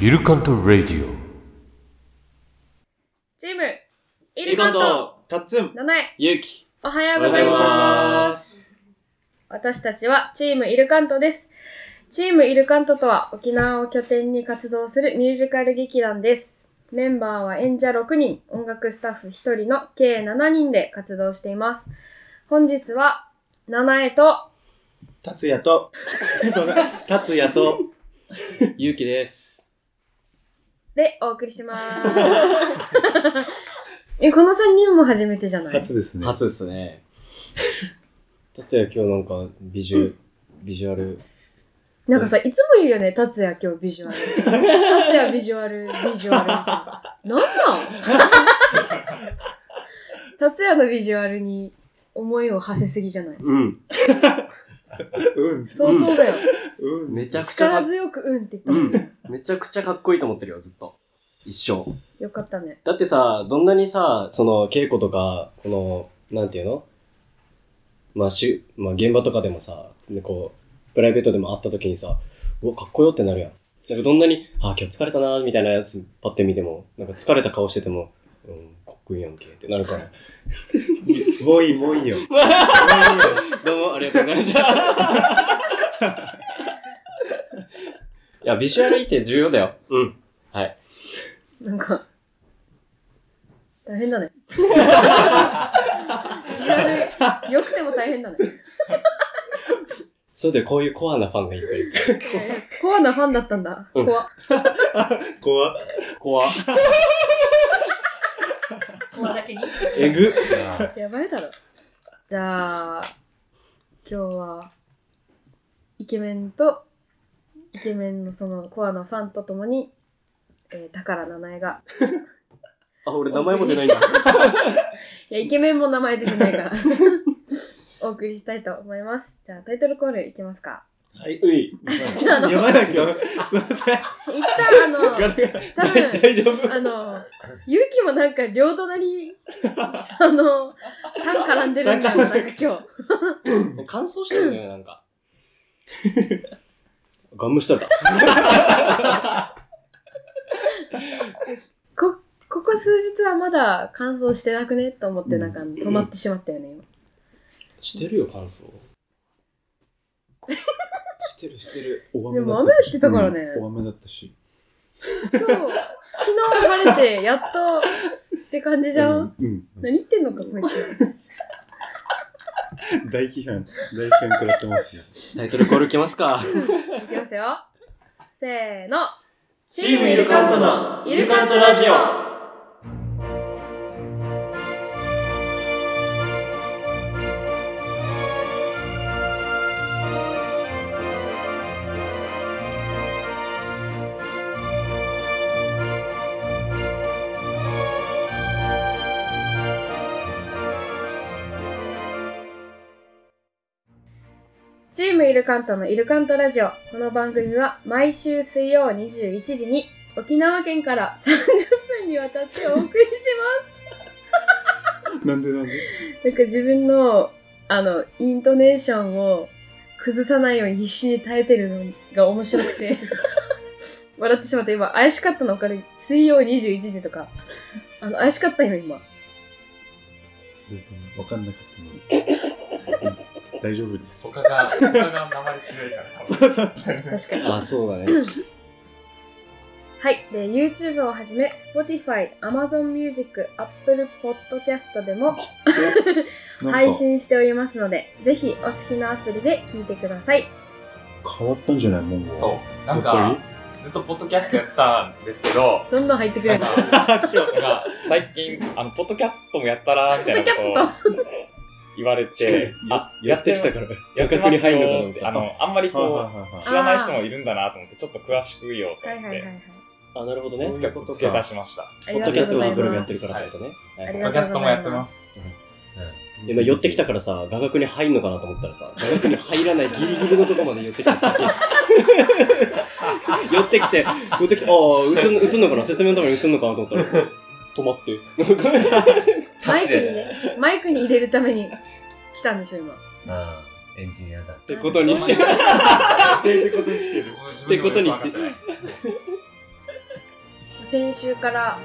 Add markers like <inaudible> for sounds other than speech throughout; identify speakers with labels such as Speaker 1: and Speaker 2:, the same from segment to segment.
Speaker 1: イルカント・ラディ
Speaker 2: チーム、イ
Speaker 3: イ
Speaker 2: ルカント、
Speaker 4: タッツン、
Speaker 2: 七重、
Speaker 3: ゆうき。
Speaker 2: おはようございます。
Speaker 4: す。
Speaker 2: 私たちはチームイルカントです。チームイルカントとは沖縄を拠点に活動するミュージカル劇団です。メンバーは演者6人、音楽スタッフ1人の計7人で活動しています。本日は、七重と、
Speaker 4: タツヤと、 <laughs> そうだ、タツヤと、
Speaker 3: ゆうきです。
Speaker 2: でお送りし <laughs> ます。え、この3人も初めてじゃない
Speaker 4: 初ですね。
Speaker 3: 初ですね。 <laughs> 達也今日なんか、ビジュ、ビジュアル。
Speaker 2: なんかさ、いつも言うよね、達也今日ビジュアル。達也ビジュアル、ビジュアル。なんなん達也のビジュアルに思いを馳せすぎじゃない
Speaker 3: うん。
Speaker 4: うん、
Speaker 2: 相当だよ。
Speaker 4: うん。
Speaker 3: めちゃくちゃか
Speaker 2: 力
Speaker 3: っ、
Speaker 2: 強くうんって
Speaker 3: う
Speaker 2: 言っ
Speaker 3: ん。めちゃくちゃかっこいいと思ってるよ、ずっと。一生。
Speaker 2: た。よかったね。
Speaker 3: だってさ、どんなにさ、その、稽古とか、この、なんていうのまあ、しゅ、まあ、現場とかでもさ、ねこう、プライベートでも会った時にさ、うわ、かっこよってなるやん。なんかどんなに、あ、今日疲れたな、みたいなやつ、パッて見ても、なんか疲れた顔してても、うん、かっこいいやんけ、ってなるから。
Speaker 4: もういい、もういいよ。
Speaker 3: どうも、ありがとうございました。 <laughs> いや、ビジュアルいいって重要だよ。うん。はい。
Speaker 2: なんか、大変だね。ビジュアル、よくても大変だね。
Speaker 3: そうで、こういうコアなファンがいっぱいいる。
Speaker 2: コアなファンだったんだ。
Speaker 3: うん
Speaker 2: 怖。
Speaker 4: 怖っ
Speaker 3: コア。
Speaker 5: コアだけに。
Speaker 3: えぐ。
Speaker 1: オ。
Speaker 2: やばいだろ。じゃあ、今日は、イケメンと、イケメンのそのコアなファンと共に、えー、宝七重が。
Speaker 3: あ、俺名前も出ないんだ。
Speaker 2: いや、イケメンも名前出てない <laughs> から。お送りしたいと思います。じゃあ、タイトルコールいきますか。
Speaker 4: はい。
Speaker 3: うい。
Speaker 4: 読ま
Speaker 3: <laughs>
Speaker 4: なきゃ、すいま
Speaker 2: 一
Speaker 4: せん。
Speaker 2: 旦、あの、 <laughs> 多分、
Speaker 4: 大丈夫
Speaker 2: あの、ゆうきもなんか両隣、あの、単絡んでるんだよ、なんか今日。
Speaker 3: 乾燥してるね、なんか。 <laughs> ガン無したか。
Speaker 2: こ、ここ数日はまだ乾燥してなくねと思って、なんか止まってしまったよね、今。
Speaker 3: してるよ、乾燥。してる、してる。
Speaker 4: 大
Speaker 2: で
Speaker 4: 雨
Speaker 2: も
Speaker 4: だっ
Speaker 2: 雨
Speaker 4: た
Speaker 2: 降ってたからね。
Speaker 4: 大雨だったし。
Speaker 2: 今日、昨日晴れて、やっとって感じじゃん、
Speaker 4: うん。
Speaker 2: 何言ってんのか、こいつ。
Speaker 4: 大批判、大批判食らってますよ。
Speaker 3: タイトルコールきますか。
Speaker 2: いきますよ。せーの。
Speaker 3: チームイルカントのイルカントラジオ
Speaker 2: チームイルカントのイルカントラジオ。この番組は毎週水曜21時に沖縄県から30分にわたってお送りし
Speaker 4: なんでな
Speaker 2: ま
Speaker 4: んで
Speaker 2: す。なんか自分の、あの、イントネーションを崩さないように必死に耐えてるのが面白くて。 <laughs> 笑ってしまった。今、怪しかったのわかる水曜21時とか。あの、怪しかったよ、今。
Speaker 4: 全然わかんなかったの。大丈夫です。
Speaker 6: 他が、他が鉛強いから、多分。全然
Speaker 3: <laughs>
Speaker 2: 確かに。
Speaker 3: あ、そうだね。
Speaker 2: はい。で、YouTube をはじめ、Spotify、Amazon Music、Apple Podcast でも
Speaker 4: なん
Speaker 2: 配
Speaker 4: か、
Speaker 2: 信しておりますので、ぜひお好きなアプリで聞いてください。
Speaker 4: 変わったんじゃないもんが。
Speaker 6: そう。なん
Speaker 4: やっ
Speaker 6: か、ずっとポッドキャストやってたんですけど、
Speaker 2: どんどん入ってく
Speaker 6: な
Speaker 2: れ
Speaker 6: ん
Speaker 2: る。
Speaker 6: か、なんか最近、あの、ポッドキャストもやったら、みたいなことを言われて、あ、
Speaker 3: やってきたか
Speaker 6: か
Speaker 3: ら、
Speaker 6: や
Speaker 3: 画
Speaker 6: って
Speaker 3: 角
Speaker 6: ま
Speaker 3: に
Speaker 6: す
Speaker 3: 入るのかなと思っ
Speaker 6: よ。
Speaker 3: た
Speaker 6: あの、あんまり
Speaker 4: はいはい
Speaker 6: こ、
Speaker 4: はいうはい
Speaker 6: 知らない人もいるんだなと思って、ちょっと詳しく言おうと
Speaker 2: はい
Speaker 6: 思っ
Speaker 2: はいはい
Speaker 6: て
Speaker 2: は、い。
Speaker 3: あ、なるほど
Speaker 4: そ
Speaker 3: ね。
Speaker 4: う
Speaker 3: ポ
Speaker 4: い
Speaker 6: 付
Speaker 4: う
Speaker 6: け
Speaker 4: ことか
Speaker 6: 付け足しました。
Speaker 2: あり
Speaker 3: ッ
Speaker 2: がと
Speaker 3: ド
Speaker 2: う
Speaker 3: キャ
Speaker 2: ご
Speaker 3: スト
Speaker 2: ざ
Speaker 3: も
Speaker 2: い
Speaker 3: それもや
Speaker 2: ま
Speaker 3: ってるからってことね。
Speaker 2: あり
Speaker 6: ポ
Speaker 2: がとうご
Speaker 6: ッド
Speaker 2: ざいま
Speaker 6: キャ
Speaker 2: す
Speaker 6: ストもやってます。
Speaker 3: 今寄ってきたからさ、画角に入んのかなと思ったらさ、画角に入らないギリギリのとこまで寄ってきた。 <laughs> 寄ってきて、寄ってきて、ああ、映ん映んのかな説明のために映んのかなと思ったら、止まって。
Speaker 2: す。マイクにね、マイクに入れるために来たんでしょ、今。
Speaker 7: ああ、エンジニアだ。
Speaker 3: ってことにして、
Speaker 4: ってことにしてる。
Speaker 6: っ
Speaker 3: ってことにして
Speaker 6: ない。
Speaker 2: 先週から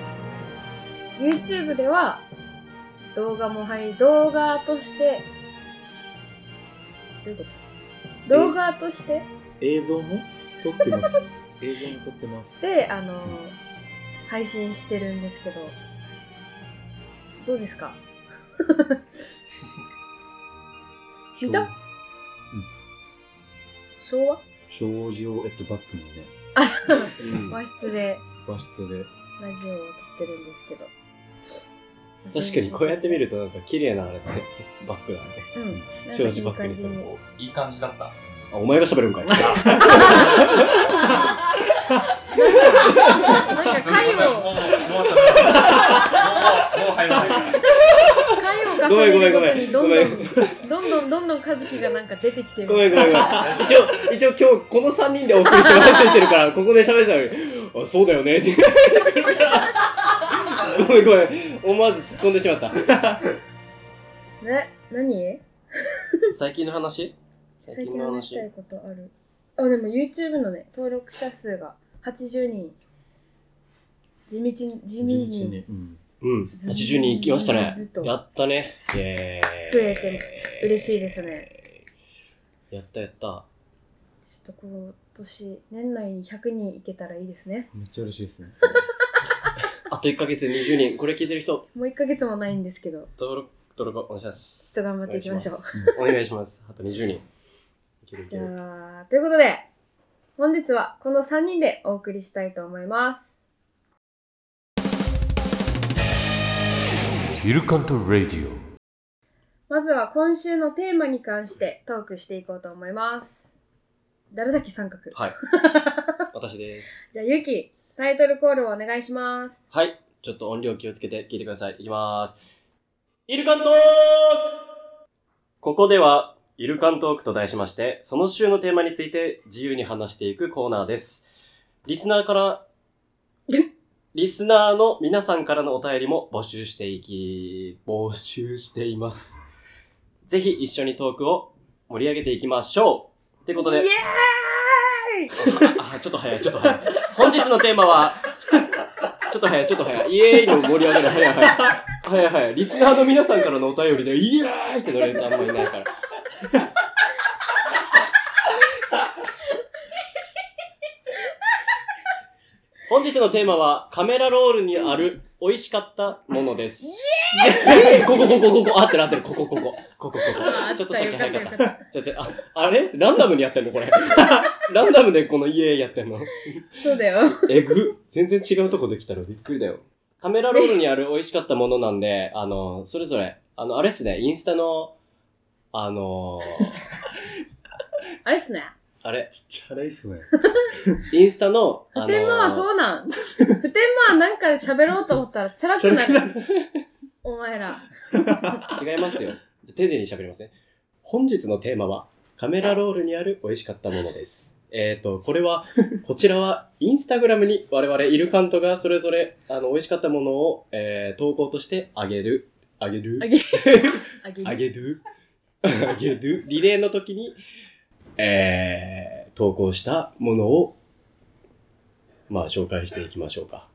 Speaker 2: YouTube では動画もはい動画としてどういうこと動画として
Speaker 4: 映像も撮ってます。映像も撮ってます。
Speaker 2: であの配信してるんですけどどうですか見た昭和
Speaker 4: 障子を、えっと、バックにね、
Speaker 3: うん
Speaker 2: 和室で
Speaker 4: 和室
Speaker 2: ラ
Speaker 4: で。
Speaker 2: ジオを撮ってるんですけど
Speaker 3: 確かにこうやって見るとなんか綺麗なあれだね。バックだね。
Speaker 2: うんなんかい
Speaker 3: 障子
Speaker 2: い
Speaker 3: ばっか
Speaker 2: 感
Speaker 3: り
Speaker 2: じ
Speaker 3: する
Speaker 2: に。
Speaker 6: こういい感じだった。
Speaker 3: あ、お前が喋るんかい。
Speaker 2: なんか回
Speaker 6: もう、も
Speaker 2: を
Speaker 6: う、もう、もう、もう、もう入らない。
Speaker 2: 回を
Speaker 3: ご
Speaker 2: 重
Speaker 3: めんご
Speaker 2: ね
Speaker 3: めん
Speaker 2: る
Speaker 3: ご
Speaker 2: ご
Speaker 3: め
Speaker 2: と
Speaker 3: ん
Speaker 2: に
Speaker 3: ご
Speaker 2: どん
Speaker 3: め
Speaker 2: ど
Speaker 3: ん
Speaker 2: んどんどんどんどん和樹がなんか出てきて
Speaker 3: ごめん
Speaker 2: る
Speaker 3: ごめんごめん。一応、一応今日この3人でお送りしてもらってるから、ここで喋ってたのに、あ、そうだよねって言ってくるから。ごめんごめん。思わず突っ込んでしまった。
Speaker 2: ね何
Speaker 3: 最近の話最
Speaker 2: 最
Speaker 3: 近
Speaker 2: 近
Speaker 3: の
Speaker 2: 話し
Speaker 3: 話
Speaker 2: た。いことあるあでも YouTube のね登録者数が80人地道に地味
Speaker 4: 地道
Speaker 2: に
Speaker 4: に。うん。
Speaker 3: うん。80人行きましたね
Speaker 2: ずっと。
Speaker 3: やったね。イェーイ。
Speaker 2: 増えて嬉しいですね。
Speaker 3: やったやった。
Speaker 2: ちょっと今年年内に100人いけたらいいですね
Speaker 4: めっちゃ嬉し
Speaker 2: <laughs>
Speaker 4: いですね。
Speaker 3: あと1ヶ月で20人。これ聞いてる人、
Speaker 2: もう1ヶ月もないんですけど
Speaker 3: 登録、登録お願いしま
Speaker 2: ちょ
Speaker 3: す
Speaker 2: っと。頑張っていきましょう
Speaker 3: お願いします。 <laughs> あと20人。いけるい
Speaker 2: じ
Speaker 3: ける。
Speaker 2: ゃあということで本日はこの3人でお送りしたいと思います
Speaker 7: ゆるかんとラディ
Speaker 2: まずは今週のテーマに関してトークしていこうと思います。誰だっけ三角。
Speaker 3: はい。私です。
Speaker 2: じゃあ、ゆき、タイトルコールをお願いします。
Speaker 3: はい。ちょっと音量気をつけて聞いてください。いきまーす。イルカントークここでは、イルカントークと題しまして、その週のテーマについて自由に話していくコーナーです。リスナーから、リスナーの皆さんからのお便りも募集していき、募集しています。ぜひ一緒にトークを盛り上げていきましょうということで
Speaker 2: イエ、
Speaker 3: あ、ちょっと早い、ちょっと早い。本日のテーマは、ちょっと早い、ちょっと早い。イエーイの盛り上がる、早い早い。早い早い。リスナーの皆さんからのお便りで、イエーイってなれるとあんまりないから。本日のテーマは、カメラロールにある美味しかったものです。ここ、ここ、ここ、合ってる合ってる、ここ、ここ、ここ、ここ。
Speaker 2: ーイ
Speaker 3: ちょっとさっき早かった。
Speaker 2: た。
Speaker 3: じゃじゃ、あ、あれランダムにやってんのこれ。 <laughs> ランダムでこの家やってんの
Speaker 2: そうだよ。
Speaker 3: えぐ。全然違うとこできたらびっくりだよ。カメラロールにある美味しかったものなんで、あの、それぞれ、あの、あれっすね、インスタの、あの
Speaker 2: あれっすね。
Speaker 3: あれ、
Speaker 4: ちっちゃいっすね。
Speaker 3: インスタの、あ
Speaker 2: 普
Speaker 3: の
Speaker 2: 天間はそうなん。普天間はなんか喋ろうと思ったらチャラくなる。お前ら。
Speaker 3: 違いますよ。じゃ丁寧に喋りますね。本日のテーマは、カメラロールにある美味しかったものです。えっ、と、こ
Speaker 2: <laughs>
Speaker 3: れは、こちらは、インスタグラムに我々、イルカントがそれぞれ、あの、美味しかったものを、えー投稿としてあげる。あげる
Speaker 2: あげ、あげ
Speaker 3: あ
Speaker 2: る。
Speaker 3: げるあ
Speaker 2: <laughs>
Speaker 3: げるリレーの時に、えー、投稿したものを、まあ、紹介していきましょうか。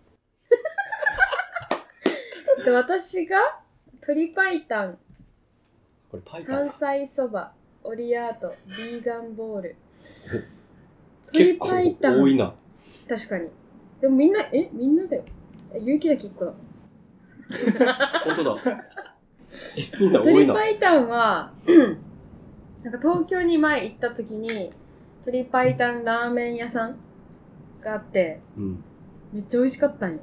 Speaker 2: で、私が、鶏白湯、
Speaker 3: これ、パイタン
Speaker 2: 山。菜そば、オリアート、ビーガンボール。
Speaker 3: 結
Speaker 2: 鶏
Speaker 3: 構
Speaker 2: 白湯。
Speaker 3: 多いな。
Speaker 2: 確かに。でもみんな、えみんなだよ。え勇気だけ一個だ。<laughs>
Speaker 3: 本当だ。え、みんな多
Speaker 2: 鳥
Speaker 3: いな。
Speaker 2: パイタンは、なんか東京に前行った時に、鳥パイタンラーメン屋さんがあって、
Speaker 3: うん。
Speaker 2: めっちゃ美味しかったんよ。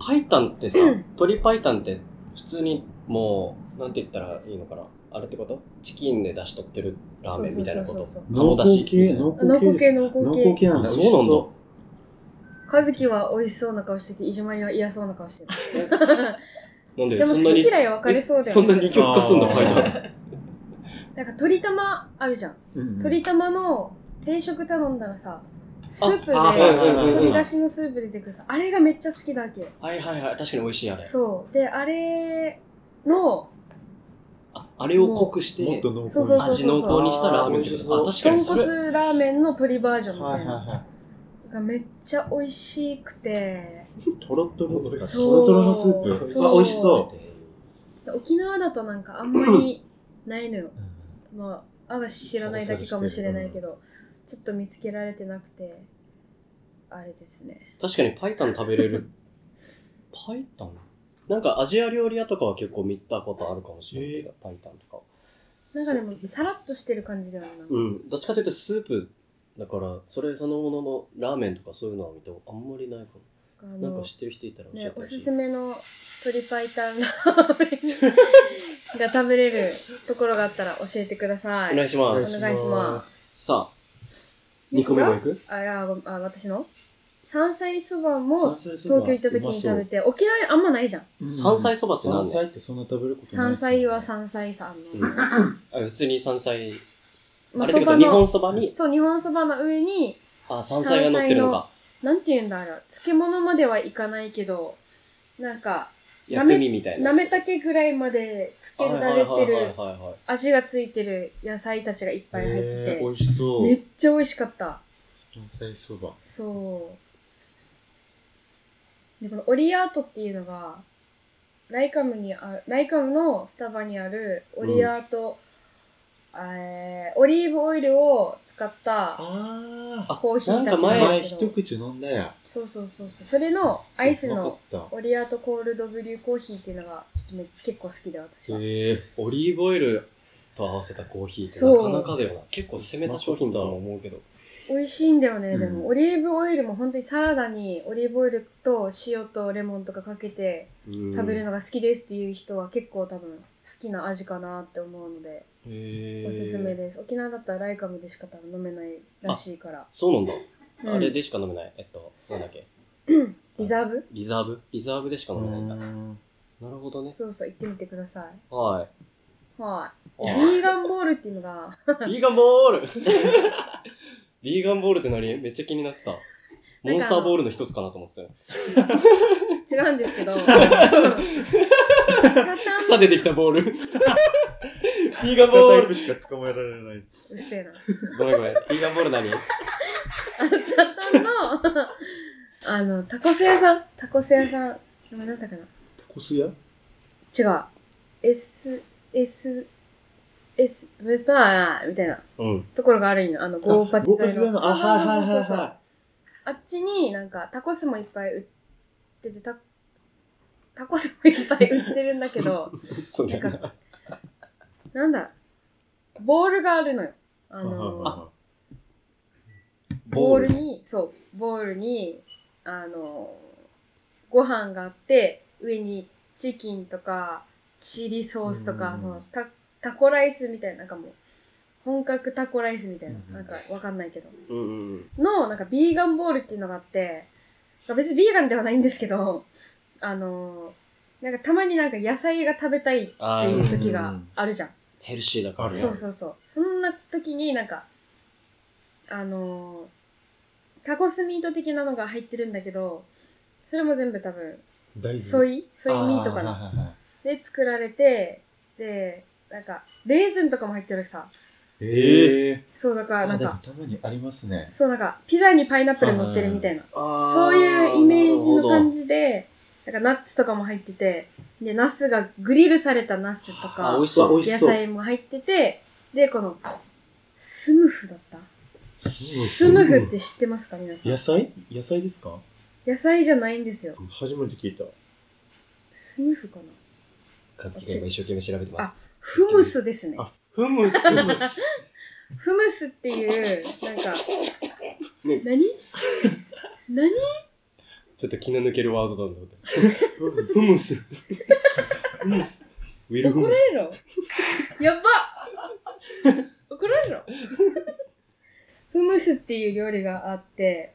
Speaker 3: パイタンってさ、鶏パイタンって普通にもう、なんて言ったらいいのかなあれってことチキンで出し取ってるラーメンみたいなこ
Speaker 2: そうそ
Speaker 3: と
Speaker 2: うそう。
Speaker 3: 鴨
Speaker 4: 濃
Speaker 3: だし
Speaker 4: 厚系濃
Speaker 2: あ濃
Speaker 4: 厚系
Speaker 2: 厚
Speaker 4: です
Speaker 2: 系、濃厚
Speaker 4: 濃厚
Speaker 2: 系。
Speaker 4: 系なんだ。
Speaker 3: あそうなんだ
Speaker 4: 美味しそ
Speaker 2: 和樹は美味しそうな顔してて、いじまりは嫌そうな顔して
Speaker 3: なん
Speaker 2: る。<laughs>
Speaker 3: で
Speaker 2: でも
Speaker 3: そん
Speaker 2: 好
Speaker 3: な
Speaker 2: き
Speaker 3: に、
Speaker 2: 嫌い分かれそうだよ、ね。
Speaker 3: そんなに極化すんだ、
Speaker 4: あー
Speaker 3: パイタン。
Speaker 2: なんか鶏玉あるじゃん。
Speaker 4: ううんうん
Speaker 2: 鶏玉の定食頼んだらさ、スープで、
Speaker 4: あはいはいはい
Speaker 2: 鶏だしのスープ出てくるさ、あれがめっちゃ好きだわけ。
Speaker 3: はいはいはい、確かに美味しいあれ。
Speaker 2: そう。で、あれの、
Speaker 3: ああれを濃くして、
Speaker 4: もっと濃厚
Speaker 2: そうそうそう
Speaker 3: 味濃厚にしたラーメンってこと
Speaker 4: あ
Speaker 3: あ、確
Speaker 4: ー
Speaker 3: か
Speaker 2: 豚
Speaker 3: にそれ。
Speaker 2: 骨ラーメンの鶏バージョンみた
Speaker 4: はいいはい
Speaker 2: な。
Speaker 4: は
Speaker 2: がめっちゃ美味しくて、
Speaker 4: トロトロですか
Speaker 2: そう
Speaker 4: トロトロのスープ
Speaker 2: そう
Speaker 4: は美味しそ
Speaker 2: 沖縄だとなんかあんまりないのよ。まあ、あが知らないだけかもしれないけど、ちょっと見つけられてなくて、あれですね。
Speaker 3: 確かにパイタン食べれる。パイタンなんかアジア料理屋とかは結構見たことあるかもしれないけど、パイタンとか。
Speaker 2: なんかでも、さらっとしてる感じだよねなんか
Speaker 3: うん。どっちかというとスープだから、それそのもののラーメンとかそういうのは見たあんまりないか
Speaker 2: あ
Speaker 3: も。
Speaker 2: の
Speaker 3: なんか知ってる人いたら教え
Speaker 2: ね
Speaker 3: て、
Speaker 2: お
Speaker 3: ほし
Speaker 2: す
Speaker 3: い。
Speaker 2: すめの鶏白湯 <laughs> ラーメンが食べれるところがあったら教えてください。
Speaker 3: お願いし
Speaker 4: う。
Speaker 3: ま
Speaker 2: 願い
Speaker 3: す。
Speaker 2: します。
Speaker 3: さあ、2個目もいく
Speaker 2: あ、いや、ごめんあ私の山菜そばも
Speaker 4: 山菜そば
Speaker 2: 東京行った時に食べ
Speaker 4: う
Speaker 2: て、沖縄あんまないじゃん。
Speaker 4: まそう
Speaker 3: 山菜そばって
Speaker 4: 山
Speaker 3: 何
Speaker 4: 菜ってそんな食べることない。
Speaker 2: 山菜は山菜さん
Speaker 3: う
Speaker 2: の。
Speaker 3: んあ普通に山菜。
Speaker 2: ま
Speaker 3: あ
Speaker 2: あ
Speaker 3: れってこ
Speaker 2: そば
Speaker 3: と日
Speaker 2: の
Speaker 3: 本そばに、
Speaker 2: そう、日本そばの上に、
Speaker 3: あ、山菜が乗ってるのか。
Speaker 2: なんて言うんだ、あれは。漬物まではいかないけど、なんか、菜の
Speaker 3: 薬味みたいな。
Speaker 2: なめたけぐらいまで漬けられて
Speaker 3: はいはい
Speaker 2: る、
Speaker 3: はいはいはい。
Speaker 2: 味がついてる野菜たちがいっぱい入って
Speaker 4: えー
Speaker 2: て
Speaker 4: 美、味しそ
Speaker 2: め
Speaker 4: う
Speaker 2: っ。ちゃ美味しかった。
Speaker 4: 山菜そば。
Speaker 2: そう。で、このオリアートっていうのが、ライカムにあ、ライカムのスタバにあるオリアート、えーオリーブオイルを使った
Speaker 4: ああ。
Speaker 2: コーヒーた
Speaker 3: なん
Speaker 2: ち
Speaker 3: か前
Speaker 2: な
Speaker 4: 前
Speaker 2: んですけ
Speaker 4: 一
Speaker 2: ど
Speaker 4: 口飲んだや。
Speaker 2: そうそうそうそう。それのアイス
Speaker 4: わか
Speaker 2: の
Speaker 4: った。
Speaker 2: オリアートコールドブリューコーヒーっていうのがちょっとめ結構好きで私は。
Speaker 3: へえオリーブオイルと合わせたコーヒーって
Speaker 2: そう
Speaker 3: なかなかだよな結構攻めた商品だとは思うけど
Speaker 2: 美味しいんだよね、
Speaker 4: うん
Speaker 2: でも。オリーブオイルも本当にサラダにオリーブオイルと塩とレモンとかかけて食べるのが好きですっていう人は結構多分好きな味かなって思うので
Speaker 3: へ
Speaker 2: おすすめ
Speaker 3: で
Speaker 2: です沖縄だったらライカムでしか多分飲めないらしいから
Speaker 3: そうなんだ、
Speaker 2: うん
Speaker 3: あれでしか飲めないえっとなんだっけ
Speaker 2: リザーブ
Speaker 3: リザーブリザーブでしか飲めないんだ
Speaker 4: うーん
Speaker 3: なるほどね
Speaker 2: そうそう行ってみてください
Speaker 3: は
Speaker 2: はい
Speaker 3: い
Speaker 2: ビ
Speaker 3: あ
Speaker 2: ーガンボールっていうのが
Speaker 3: ビーガンボール <laughs> ビーガンボールって何めっちゃ気になってたモンスターボールの一つかなと思ってたよ
Speaker 2: 違うんですけどうんサタン
Speaker 3: 草でできたボー
Speaker 2: <laughs>
Speaker 3: ルビーガンボ
Speaker 4: タ
Speaker 3: ー
Speaker 4: イプ
Speaker 3: ル
Speaker 4: しか捕まえられない。
Speaker 2: うっせえな
Speaker 3: ごめんごめんビーガンボール何
Speaker 2: あのサタンのあのタコス屋さんタコス屋さん名前なんだったかな
Speaker 4: タコス屋
Speaker 2: 違う。S、S、S、ブスパーみたいな
Speaker 3: うん
Speaker 2: ところがあるんよ。あの、ゴーパチ
Speaker 4: ゴーパチ剤の。あ、はいはいはい
Speaker 2: そうそうそうそう
Speaker 4: は
Speaker 2: あっちになんかタコスもいっぱい売ってて、タタコスもいっぱい売ってるんだけ
Speaker 4: <laughs>
Speaker 2: ど、
Speaker 3: そうだよな
Speaker 2: なんだ、ボールがあるのよ。あ
Speaker 4: い。
Speaker 2: の、
Speaker 4: あ
Speaker 2: ボールに、そう、ボールに、あの、ご飯があって、上にチキンとか、チリソースとか、
Speaker 4: うん
Speaker 2: そのタタコライスみたいな、なんかもう、本格タコライスみたいな
Speaker 4: う、ん
Speaker 2: なんかわかんないけど、
Speaker 3: うんうんうん
Speaker 2: の、なんかビーガンボールっていうのがあって、まあ別にビーガンではないんですけど、あのーなんかたまになんか野菜が食べたいって
Speaker 3: あ
Speaker 2: い
Speaker 3: ー
Speaker 2: う時があるじゃん。
Speaker 3: ヘルシーだからね
Speaker 2: そうそうそう。そんな時になんか、あのータコスミート的なのが入ってるんだけど、それも全部多分、
Speaker 4: 大豆。
Speaker 2: ソイソイミートか
Speaker 4: あ
Speaker 2: な。
Speaker 4: はいはいはい
Speaker 2: で作られて、で、なんか、レーズンとかも入ってるさ。
Speaker 4: ええ。
Speaker 2: そうだからな
Speaker 4: あ、
Speaker 2: ん
Speaker 4: でも
Speaker 2: か、
Speaker 4: たまにありますね。
Speaker 2: そうなんか、ピザにパイナップル乗ってるみたいな。
Speaker 3: そ
Speaker 2: そういうイメージの感じで、なんかナッツとかも入ってて、で、ナスがグリルされたナスと
Speaker 3: あ、
Speaker 2: か
Speaker 3: 美、味しそう
Speaker 4: わ
Speaker 3: う。
Speaker 4: 美味
Speaker 2: 野
Speaker 4: しそう
Speaker 2: 菜も入ってて、で、この、スムフだったス
Speaker 4: ス
Speaker 2: ムフって知ってますか皆さん
Speaker 4: 野。菜野菜ですか
Speaker 2: 野菜じゃないんですよ。
Speaker 4: 初めて聞いた。
Speaker 2: スムフかな
Speaker 3: カズキが今一生懸命調べてます。
Speaker 2: フムスですね。
Speaker 4: あ
Speaker 3: フムス。
Speaker 2: フムスっていう、なんか、
Speaker 3: ね
Speaker 2: 何何
Speaker 3: ちょっと気の
Speaker 4: <laughs>
Speaker 3: 抜けるワードだなと思って。
Speaker 4: フムス
Speaker 3: フムス。フムス。ウィルフ
Speaker 2: 怒
Speaker 3: ム
Speaker 2: ら
Speaker 3: ス。
Speaker 2: れろやば怒られろフムスっていう料理があって、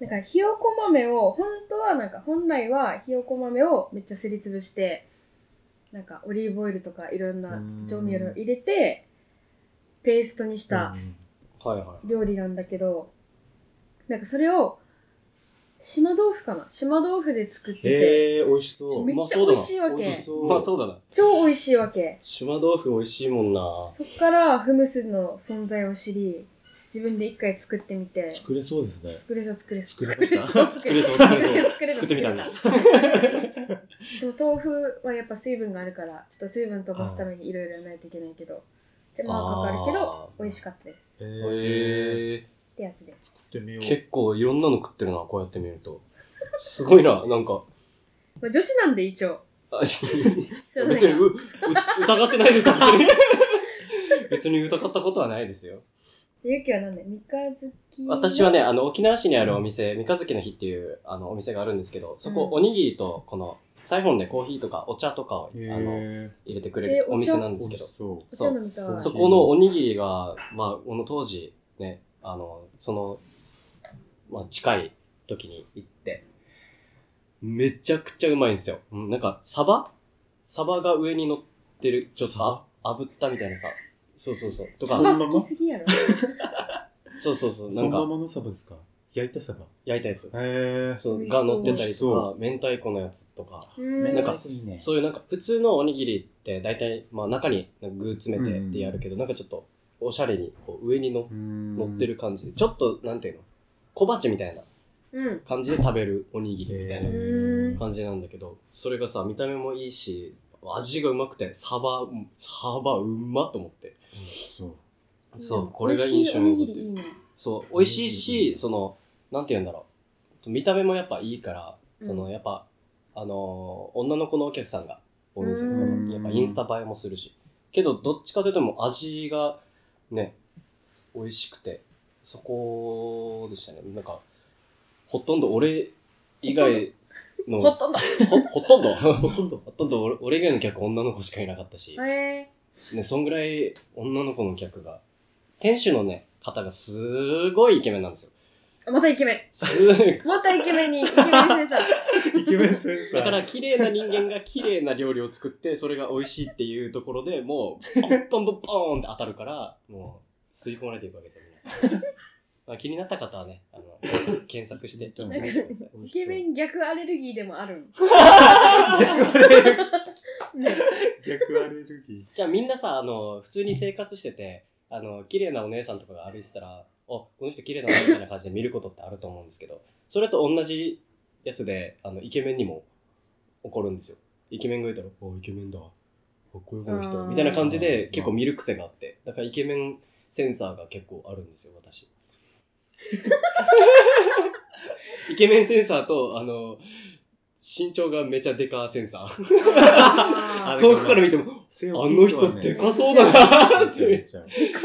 Speaker 2: なんかひよこ豆を、本当はなんか本来はひよこ豆をめっちゃすりつぶして、なんかオリーブオイルとかいろんなちょっと調味料を入れて、ペーストにした
Speaker 3: はいは
Speaker 2: 料理なんだけど、なんかそれを、島豆腐かな島豆腐で作ってて、
Speaker 4: ええ、美味しそう。
Speaker 2: めっ
Speaker 3: うま
Speaker 2: ちゃ
Speaker 3: そうだ
Speaker 2: 美
Speaker 3: な
Speaker 2: 味しいわけ。
Speaker 4: 美味しそう
Speaker 3: い。まあそうだな。
Speaker 2: 超美味しいわけ。
Speaker 3: 島豆腐美味しいもんな。
Speaker 2: そっからフムスの存在を知り、自分で一回作ってみて、
Speaker 4: 作れそうですね。
Speaker 2: 作れそう作れそう。
Speaker 4: 作れました
Speaker 2: そう
Speaker 3: 作れそう、作れそう。
Speaker 2: <laughs> 作れ
Speaker 3: 作ってみたんだ。
Speaker 2: でも豆腐はやっぱ水分があるから、ちょっと水分飛ばすためにいろいろやらないといけないけど、手間はかかるけど、
Speaker 3: あー
Speaker 2: 美味しかったです。
Speaker 4: へー。
Speaker 3: へ
Speaker 2: ってやつです。
Speaker 4: 作ってみよ
Speaker 3: え。
Speaker 4: う。
Speaker 3: 結構いろんなの食ってるな、こうやって見ると。すごいな、なんか。
Speaker 2: まあ、女子なんで一応。
Speaker 3: あ
Speaker 2: そう
Speaker 3: 別に
Speaker 2: なんか
Speaker 3: うう疑ってないです、別に。別に疑ったことはないですよ。
Speaker 2: ゆきはなんで三日月の
Speaker 3: 私はね、、あの、沖縄市にあるお店、三日月の日っていう、あの、お店があるんですけど、そこ、
Speaker 2: うん
Speaker 3: おにぎりと、この、サイフォンでコーヒーとかお茶とかを、あ
Speaker 4: へ
Speaker 3: の、
Speaker 4: ー。
Speaker 3: 入れてくれ
Speaker 2: え
Speaker 3: る
Speaker 2: お茶
Speaker 3: お店なんで
Speaker 4: 美
Speaker 3: すけ
Speaker 4: 味
Speaker 3: ど
Speaker 4: し、そ
Speaker 2: お茶飲みたい。
Speaker 4: そう。
Speaker 3: そこのおにぎりが、まあ、この当時、ね、あの、その、まあ、近い時に行って、めちゃくちゃうまいんですよ。うんなんか、サバサバが上に乗ってる、ちょっとあ炙ったみたいなさ、そうそうそう。と
Speaker 2: サ
Speaker 3: か、
Speaker 2: バ好きすぎやろ。
Speaker 3: そうそうそうう、な
Speaker 4: そ
Speaker 3: ん
Speaker 4: のま
Speaker 3: か、
Speaker 4: まのサバですか焼いたサバ。
Speaker 3: 焼いたやつ。
Speaker 4: へ
Speaker 3: そ
Speaker 2: 美
Speaker 3: う
Speaker 2: 味しそ
Speaker 3: が
Speaker 2: う
Speaker 3: 乗ってたりとか
Speaker 4: そ、
Speaker 3: 明太子のやつとか、
Speaker 2: うん
Speaker 3: なんか、
Speaker 4: いいね
Speaker 3: そういうなんか普通のおにぎりって大体、まあ中に具詰めてってやるけど、なんかちょっとおしゃれにこう上にの乗
Speaker 4: 乗
Speaker 3: ってる。感じで、ちょっとなんていうの、小鉢みたいな
Speaker 2: うん。
Speaker 3: 感じで食べるおにぎりみたい
Speaker 2: へ
Speaker 3: な
Speaker 2: ー
Speaker 3: 感じなんだけど、それがさ、見た目もいいし、味がうまくて、サバ、サバうまっと思って。
Speaker 4: そう。
Speaker 3: そう、
Speaker 2: ん
Speaker 3: これが印象に
Speaker 2: 美味しいおに
Speaker 3: 残
Speaker 2: ぎ
Speaker 3: って
Speaker 2: りい
Speaker 3: る
Speaker 2: いね。
Speaker 3: そう、美味しいし、その、なんて言うんだろう。見た目もやっぱいいから、その、
Speaker 2: うん
Speaker 3: やっぱ、あのー女の子のお客さんがお店と
Speaker 2: う
Speaker 3: か
Speaker 2: ん
Speaker 3: も、やっぱインスタ映えもするし。けど、どっちかというともう味がね、美味しくて、そこでしたね。なんか、ほとんど俺以外の、
Speaker 2: ほ
Speaker 3: ほ
Speaker 2: とんど。
Speaker 3: ほとんど、ほとんど、ほとんど俺俺以外の客女の子しかいなかったし、
Speaker 2: え
Speaker 3: ね、そんぐらい女の子の客が、店主のね、方がすごいイケメンなんですよ。
Speaker 2: ー、またイケメ
Speaker 3: すごい
Speaker 2: ン。またイケメンに、イケメン先生。
Speaker 4: イケメンセンサー。
Speaker 3: だから、綺麗な人間が綺麗な料理を作って、それが美味しいっていうところで
Speaker 4: <laughs>
Speaker 3: もう、ポンポンポーンって当たるから、もう、吸い込まれていくわけですよ、皆
Speaker 4: <laughs>
Speaker 3: さん。まあ、気になった方はね、あの、検索検索して。
Speaker 4: うん
Speaker 2: なんか、イケメン逆アレルギーでもあるん。
Speaker 4: 逆アレルギー。
Speaker 2: ね、
Speaker 4: 逆アレルギ
Speaker 3: じゃあみんなさ、あの、普通に生活してて、あの、綺麗なお姉さんとかが歩いてたら、あ、この人綺麗だなみたいな感じで見ることってあると思うんですけど、それと同じやつで、あの、イケメンにも起こるんですよ。イケメンがいたら、おイケメンだ。かっこよいこの
Speaker 2: あ
Speaker 3: 人。
Speaker 2: ー
Speaker 3: みたいな感じ
Speaker 4: う
Speaker 3: で
Speaker 4: ん
Speaker 3: 結構見る癖があって、だからイケメンセンサーが結構あるんですよ、私。イケメンセンサーと、あの、身長がめちゃデカセンサー。
Speaker 2: あ
Speaker 4: ー。
Speaker 3: 遠くから見ても、
Speaker 4: あ
Speaker 3: あの人でかそうだなっていう。
Speaker 2: ー、でか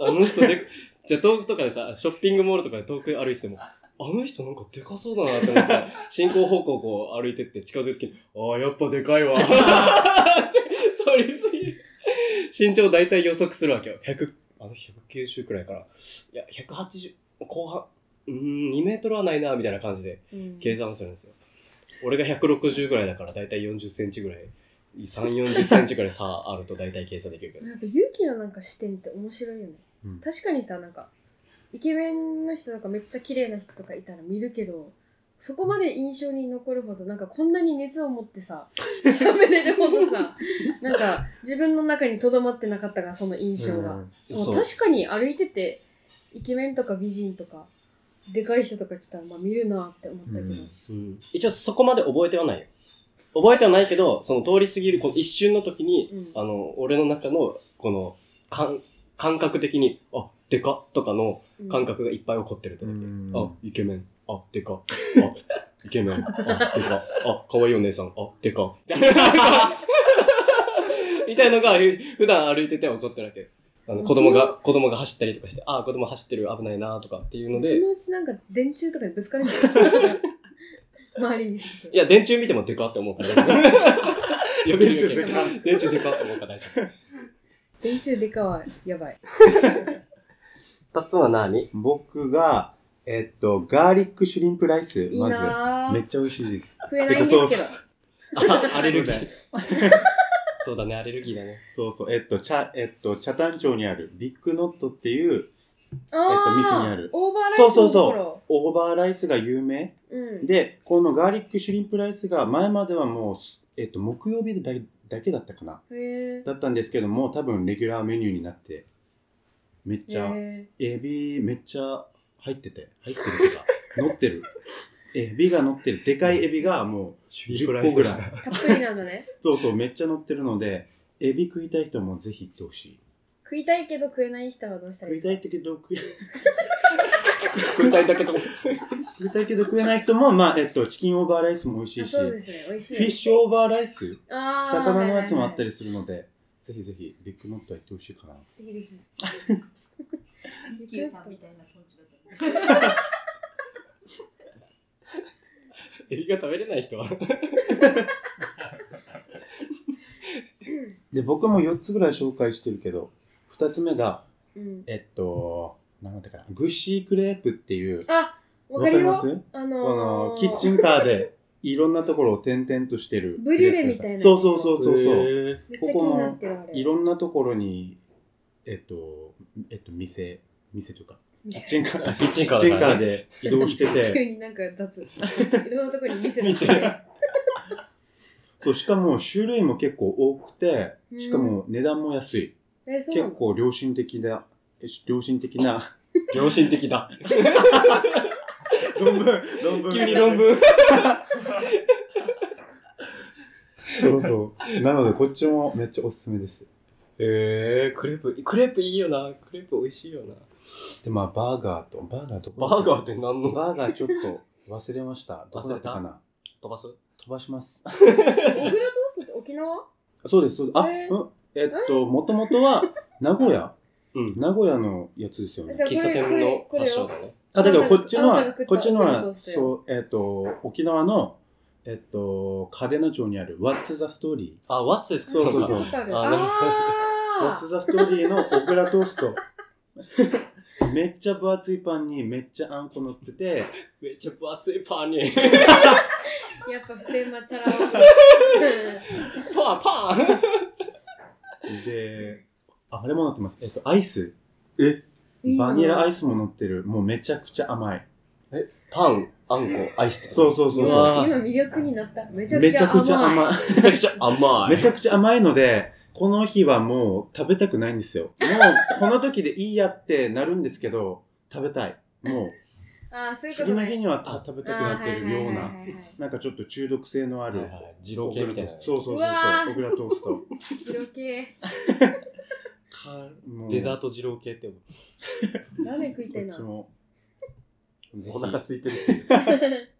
Speaker 2: そ
Speaker 3: あの人で、じゃあ遠くとかでさ、ショッピングモールとかで遠く歩いてても、あの人なんかでかそうだなって思って、進行方向をこう歩いてって近づいた時に、ああ、やっぱでかいわ。って通り過ぎる。身長大体予測するわけよ。100、あの190くらいから、いや、180、後半、うーん、2メートルはないな、みたいな感じで
Speaker 2: う。うん
Speaker 3: 計算するんですよ。俺が160くらいだから大体40センチぐらい、3、40センチくらい差あると大体計算できるけど。
Speaker 2: なんか、ゆうきのなんか視点って面白いよね。
Speaker 4: うん
Speaker 2: 確かにさ、なんか、イケメンの人とかめっちゃ綺麗な人とかいたら見るけど、そこまで印象に残るほど、なんかこんなに熱を持ってさ、喋れるほどさ、なんか自分の中にとどまってなかったが、その印象が。でも
Speaker 3: そう
Speaker 2: 確かに歩いててイケメンとか美人とかでかい人とか来たらまあ見るなって思ったけど、
Speaker 4: うん
Speaker 3: うん一応そこまで覚えてはないよ。覚えてはないけど、その通り過ぎるこの一瞬の時に、
Speaker 2: うん
Speaker 3: あの、俺の中の、この、感、感覚的に、あ、でかっとかの
Speaker 2: うん
Speaker 3: 感覚がいっぱい起こってるってだけ。
Speaker 4: うん
Speaker 3: あ、イケメン。あ、でか。あ、イケメン。あ、でか。あ、可愛いお姉さん。あ、でか。 <laughs> みたいのが、普段歩いてて起こってるわけ。あの、子供が、子供が走ったりとかして、あ、子供走ってる、危ないなとかっていうので、
Speaker 2: そのうちなんか電柱とかにぶつかるんじゃない周りにすると
Speaker 3: いや、電柱見てもでかって思う
Speaker 4: <laughs>
Speaker 3: から。よく言うけど
Speaker 4: 電柱で
Speaker 3: 電柱でかって思うから大丈
Speaker 2: 電柱でかはやばい
Speaker 3: 夫。二つは何
Speaker 4: 僕が、えっと、ガーリックシュリンプライス、
Speaker 2: いい
Speaker 4: まず。
Speaker 2: な
Speaker 4: めっ
Speaker 2: ぁ
Speaker 4: ちゃ美味しいです。
Speaker 2: 食えないんですけど
Speaker 4: てかそう
Speaker 3: あ、アレルギ
Speaker 4: <laughs>
Speaker 3: ー。そうだね、アレルギーだね。
Speaker 4: そうそう。えっと、茶、えっと、茶炭町にあるビッグノットっていう、
Speaker 2: あー
Speaker 4: ミスにある
Speaker 2: オーバーライ
Speaker 4: そう
Speaker 2: スの
Speaker 4: そ
Speaker 2: と
Speaker 4: う
Speaker 2: こ
Speaker 4: そ
Speaker 2: ろ
Speaker 4: う。オーバーライスが有名。
Speaker 2: うん
Speaker 4: で、このガーリックシュリンプライスが前まではもう、えっと、木曜日だだけだったかな。
Speaker 2: へえ
Speaker 4: だったんですけども、多分レギュラーメニューになって、めっちゃ、
Speaker 2: え
Speaker 4: エビめっちゃ入ってて、入ってるというか、 <laughs> 乗ってる。エビが乗ってる。でかいエビがもう10個ぐらい。
Speaker 2: ー、たっぷりなんだ
Speaker 4: <laughs>
Speaker 2: ね。
Speaker 4: そうそう、めっちゃ乗ってるので、エビ食いたい人もぜひ行ってほしい。
Speaker 2: 食いたいけど食えない人はどうしたら
Speaker 4: 食
Speaker 2: いい
Speaker 4: い
Speaker 2: です
Speaker 4: た
Speaker 2: か
Speaker 4: いけど食い、
Speaker 6: 食いたいだけど、
Speaker 4: 食いたいけど食えない人も、まあ、えっと、チキンオーバーライスも美味しい
Speaker 2: あ
Speaker 4: し、
Speaker 2: そう
Speaker 4: フ
Speaker 2: ですね、美味しい。
Speaker 4: ィッシュオーバーライス
Speaker 2: あー
Speaker 4: 魚のやつもあった
Speaker 2: り。
Speaker 4: りするので、ぜひぜひ、ビッグノットは行ってほしいかな。
Speaker 2: ぜひぜひ。
Speaker 1: キューさんみたいな気持ちだった。
Speaker 3: エビが食べれない人は。
Speaker 4: で、僕も4つぐらい紹介してるけど、2つ目が、
Speaker 2: うん。
Speaker 4: えっと、なんだったかな、グッシークレープっていう、
Speaker 2: あ、わかるよ。
Speaker 4: わかります
Speaker 2: あ
Speaker 4: この
Speaker 2: のー、
Speaker 4: キッチンカーでいろんなところを点々としてる。
Speaker 2: ブリュレみたいなやつ
Speaker 4: そうそうそうそうそう。
Speaker 2: めっちゃ
Speaker 4: こ
Speaker 2: 気
Speaker 4: こ
Speaker 2: になっ
Speaker 4: の
Speaker 2: てるあれ。
Speaker 4: いろんなところに、えっと、えっと、店、店というか、キッチンカー、キッ
Speaker 3: チンカーだ
Speaker 4: チンカーで移動して
Speaker 2: <laughs> 急
Speaker 4: て、
Speaker 2: になんか
Speaker 4: <laughs>
Speaker 2: 雑。いろんなとこに店出して。
Speaker 4: そう、しかも種類も結構多くて、しかも値段も安い。
Speaker 2: え、そうなの
Speaker 4: 結構良心的な、え良心的な、
Speaker 3: 良心的だ。
Speaker 4: 論文、論文。
Speaker 3: 急に <laughs> 論文。
Speaker 4: そうそう。なので、こっちもめっちゃおすすめです。
Speaker 3: えー、クレープ、クレープいいよな。クレープ美味しいよな。
Speaker 4: で、まあ、バーガーと、バーガーと
Speaker 3: バーガーって何の
Speaker 4: バーガーちょっと忘れました。どこだったかな
Speaker 3: 飛ばす
Speaker 4: 飛ばします。
Speaker 2: 小倉トーストって沖縄
Speaker 4: そうです、そうです。あ、
Speaker 2: え
Speaker 4: うんえっと、もともとは、名古屋。
Speaker 3: うん。
Speaker 4: 名古屋のやつですよ
Speaker 2: じ
Speaker 4: ね
Speaker 2: ゃ。あ
Speaker 3: 喫茶店
Speaker 2: これ
Speaker 3: の
Speaker 2: これ
Speaker 3: 発
Speaker 2: こ
Speaker 3: 祥
Speaker 2: れ
Speaker 3: だね。
Speaker 4: あ、だけど、こっちの
Speaker 2: あな
Speaker 4: は
Speaker 2: たが食っ、た
Speaker 4: こっちの
Speaker 2: これどう
Speaker 4: は、
Speaker 2: して
Speaker 4: そう、えっと、沖縄の、えっと、嘉手納町にある、What's the Story?
Speaker 3: あ、ワッツ
Speaker 4: そうそうそう
Speaker 2: わかる
Speaker 3: あ
Speaker 2: あ
Speaker 3: なるほど
Speaker 2: あ
Speaker 4: What's the Story の小倉トー
Speaker 2: <laughs>
Speaker 4: スト。めっちゃ分厚いパンにめっちゃあんこ乗ってて、
Speaker 3: めっちゃ分厚いパンに。
Speaker 2: やっぱフレマチャラ男
Speaker 3: パン、パン
Speaker 4: で、ああれも乗ってます。えっと、アイス。
Speaker 2: うん
Speaker 4: <laughs> バニラアイスも乗ってる。もうめちゃくちゃ甘い。
Speaker 3: パン、あんこ、アイスってこと
Speaker 4: そうそうそうそう
Speaker 3: うわ
Speaker 2: 今魅力になっためちゃく
Speaker 4: め
Speaker 2: ち
Speaker 4: ちゃ
Speaker 2: ゃ
Speaker 4: くちゃ
Speaker 2: 甘い
Speaker 4: 甘い。
Speaker 3: めちゃくちゃ甘い。
Speaker 4: めちゃくちゃ甘いので、この日はもう食べたくないんですよ。もうこの時でいいやってなるんですけど、食べたい。もう
Speaker 2: ああそういうこと
Speaker 4: 次の日
Speaker 2: に
Speaker 4: にはた食べたくなってるような、なんかちょっと中毒性のあ
Speaker 3: はい
Speaker 4: る。
Speaker 3: はい。二郎系みたいな。
Speaker 4: そうそうそうそう
Speaker 2: うわー。
Speaker 4: オグラトースト。
Speaker 2: 色系
Speaker 4: もう
Speaker 3: デザート二郎系って思う。
Speaker 2: ラーメン食いたい
Speaker 4: こっ
Speaker 2: な
Speaker 4: ちも。ぜ
Speaker 3: お腹
Speaker 4: ひ、
Speaker 3: 空いてる。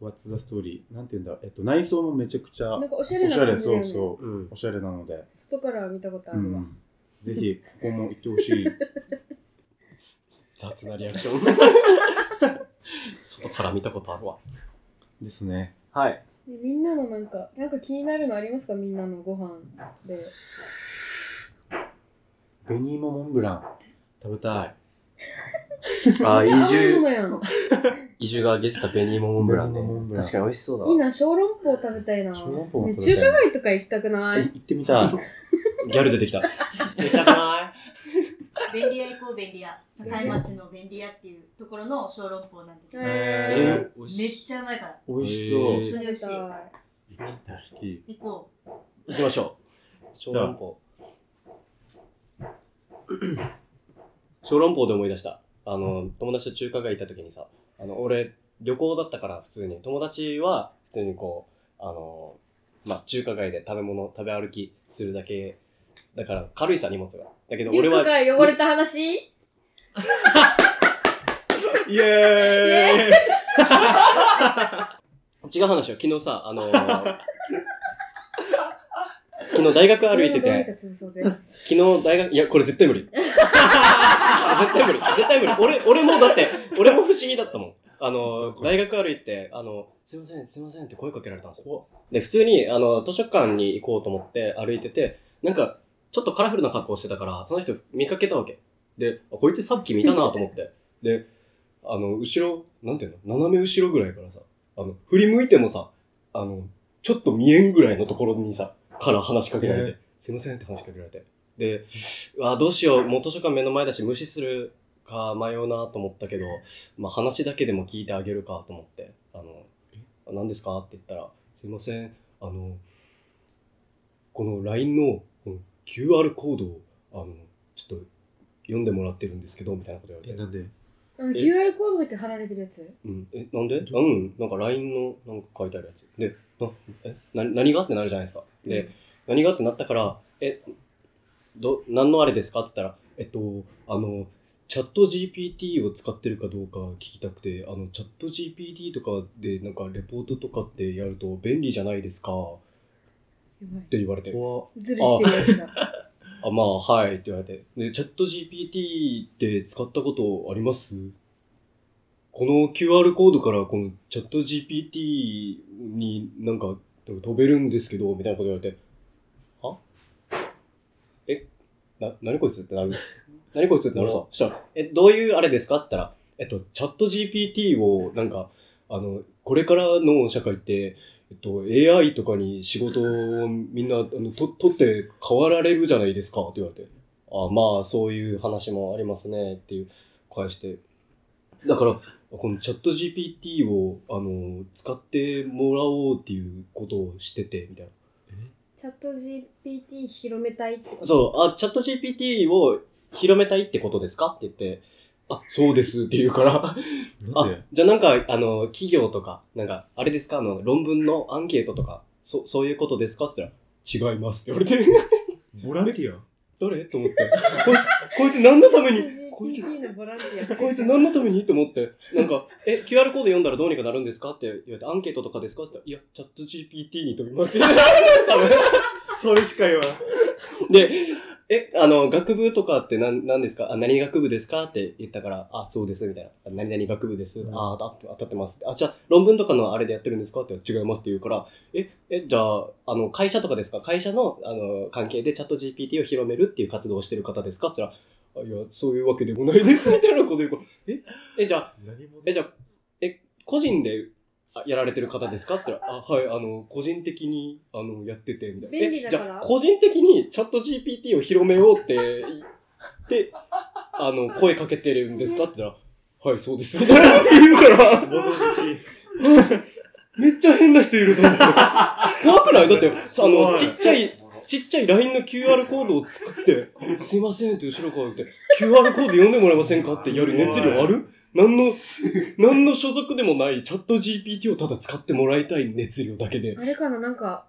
Speaker 4: What's the story? なんて言うんだろう。えっと、内装もめちゃくちゃ
Speaker 2: <laughs> なんかおしゃれ
Speaker 4: お
Speaker 2: な
Speaker 4: しゃれ、
Speaker 2: 感じだ
Speaker 4: そ
Speaker 2: よ
Speaker 4: う
Speaker 2: ね
Speaker 4: そう。
Speaker 3: うん。
Speaker 4: おしゃれなので。
Speaker 2: 外からは見たことあ
Speaker 4: う
Speaker 2: るわ
Speaker 4: ん。ぜひ、ここも行ってほしい。
Speaker 3: 雑なリアクション。 <laughs> 外から見たことあるわ。
Speaker 4: ですね。
Speaker 3: はい。
Speaker 2: でみんなのなんかなんか気になるのありますかみんなのご飯で
Speaker 4: 紅芋モンブラン。食べたい。
Speaker 3: あ
Speaker 2: 青
Speaker 3: ー、 <laughs> 移
Speaker 2: いも
Speaker 3: 住
Speaker 2: の、やん
Speaker 3: 移住がゲスタ紅芋モンブランね
Speaker 4: 紅芋モンブ。ラン
Speaker 3: 確かに美味しそうだ
Speaker 2: いい
Speaker 3: わ。
Speaker 2: な小籠包食べたいな
Speaker 4: 小籠包も
Speaker 2: ね
Speaker 4: 食べたい
Speaker 2: 中華街とか行きたくな
Speaker 4: え
Speaker 2: い
Speaker 4: 行って
Speaker 2: <laughs>
Speaker 4: みたい。
Speaker 3: ギャル出 <laughs> てきた。出たな
Speaker 1: 便利屋行こう、便利屋。境町の便利屋っていうところの小籠包なんだけど、
Speaker 2: え
Speaker 1: め
Speaker 2: へ
Speaker 3: え
Speaker 1: っちゃうまいから、
Speaker 4: 美味しそう。
Speaker 3: え
Speaker 1: 本当に美味しい。
Speaker 2: 食べたい
Speaker 4: 好き
Speaker 1: 行こ
Speaker 3: 行きましょう。小籠包。小籠包で思い出した。あの、友達と中華街行った時にさ、あの、俺、旅行だったから普通に、友達は普通にこう、あの、まあ、中華街で食べ物、食べ歩きするだけ、だから軽いさ、荷物が。だけど
Speaker 2: リュ
Speaker 3: 俺
Speaker 2: ック
Speaker 3: は、
Speaker 2: が汚れた話
Speaker 4: イエーイ
Speaker 3: 違う話を昨日さ、あの、昨日大学歩いてて、昨日大学、いや、これ絶対無理。絶対無理。絶対無理。俺、俺もだって、俺も不思議だったもん。あの、大学歩いてて、あの、すいません、すいませんって声かけられたんですよ。で、普通に、あの、図書館に行こうと思って歩いてて、なんか、ちょっとカラフルな格好してたから、その人見かけたわけ。で、あこいつさっき見たなと思って。で、あの、後ろ、なんていうの斜め後ろぐらいからさ、あの、振り向いてもさ、あの、ちょっと見えんぐらいのところにさ、から話しかけられて、すいませんって話しかけられて。で、うわどうしよう、もう図書館目の前だし無視するか迷うなと思ったけど、まあ話だけでも聞いてあげるかと思って、あの、あ何ですかって言ったら、すいません、あの、この LINE のこの QR コードを、あの、ちょっと読んでもらってるんですけど、みたいなこと言われて。
Speaker 4: え、なんで
Speaker 2: あの QR コードだけ貼られてるやつ
Speaker 3: うん、え、なんでうん、なんか LINE のなんか書いてあるやつ。で、なえな何がってなるじゃないですか。で、何がってなったから、え、ど、何のあれですかって言ったら、えっと、あの、チャット GPT を使ってるかどうか聞きたくて、あの、チャット GPT とかでなんかレポートとかってやると便利じゃないですかっ
Speaker 2: やばい
Speaker 3: て言われて、
Speaker 4: 怖
Speaker 2: ズルしてるやつだ。
Speaker 3: あ、まあ、はいって言われて、で、チャット GPT って使ったことありますこの QR コードからこのチャット GPT になんか飛べるんですけど、みたいなこと言われて、はえ、な、なにこいつってなるなにこいつってなるさ。そしたら、え、どういうあれですかって言ったら、えっと、チャット GPT をなんか、あの、これからの社会って、えっと、AI とかに仕事をみんな、あの、と、取って変わられるじゃないですかって言われて。あまあ、そういう話もありますねっていう返して。だから、このチャット GPT を、あの、使ってもらおうっていうことをしてて、みたいな。
Speaker 2: チャット GPT 広めたいってこと
Speaker 3: そう、あ、チャット GPT を広めたいってことですかって言って、あ、そうですって言うから、
Speaker 4: なん
Speaker 3: あ
Speaker 4: で、
Speaker 3: じゃあなんか、あの、企業とか、なんか、あれですかあの、論文のアンケートとか、そ、そういうことですかって言ったら、違いますって言われて。
Speaker 4: ボランティア
Speaker 3: <laughs> 誰と思って。 <laughs> こいつ、こいつ何のため
Speaker 2: チ
Speaker 3: に、
Speaker 2: ャット
Speaker 3: こいつ
Speaker 2: GPT のボランティア。
Speaker 3: <laughs> こいつ何のためにと思って。なんか、え、QR コード読んだらどうにかなるんですかって言われて、アンケートとかですかって言ったら、いや、チャット GPT に飛びますよ。 <laughs> 多分
Speaker 4: それしか言わん。
Speaker 3: で、え、あの、学部とかって何、何ですかあ、何学部ですかって言ったから、あ、そうです、みたいな。あ何々学部です。
Speaker 4: うん
Speaker 3: あ、当たって、当たってます。あ、じゃあ、論文とかのあれでやってるんですかって違いますって言うから、え、え、じゃあ、あの、会社とかですか会社の、あの、関係でチャット GPT を広めるっていう活動をしてる方ですかって言ったら、あいや、そういうわけでもないです、みたいなこと言うから、え、え、じゃあ、
Speaker 4: 何も
Speaker 3: え、じゃあ、え、個人であやられてる方ですかって言ったら、あ、はい、あの、個人的に、あの、やってて、みたいな。
Speaker 2: 便利だから
Speaker 3: えじゃあ、個人的にチャット GPT を広めようって、いって、あの、声かけてるんですかって言ったら、はい、そうです。みたいなって言うから、
Speaker 4: 物好
Speaker 3: めっちゃ変な人いると思って。
Speaker 4: <laughs>
Speaker 3: 怖くないだって、あ
Speaker 4: 怖
Speaker 3: の、
Speaker 4: い
Speaker 3: ちっちゃい、ちっちゃい LINE の QR コードを作って、すいませんって後ろから言って、QR コード読んでもらえませんかってやる熱量ある何の、何の所属でもないチャット GPT をただ使ってもらいたい熱量だけで。
Speaker 2: あれかななんか、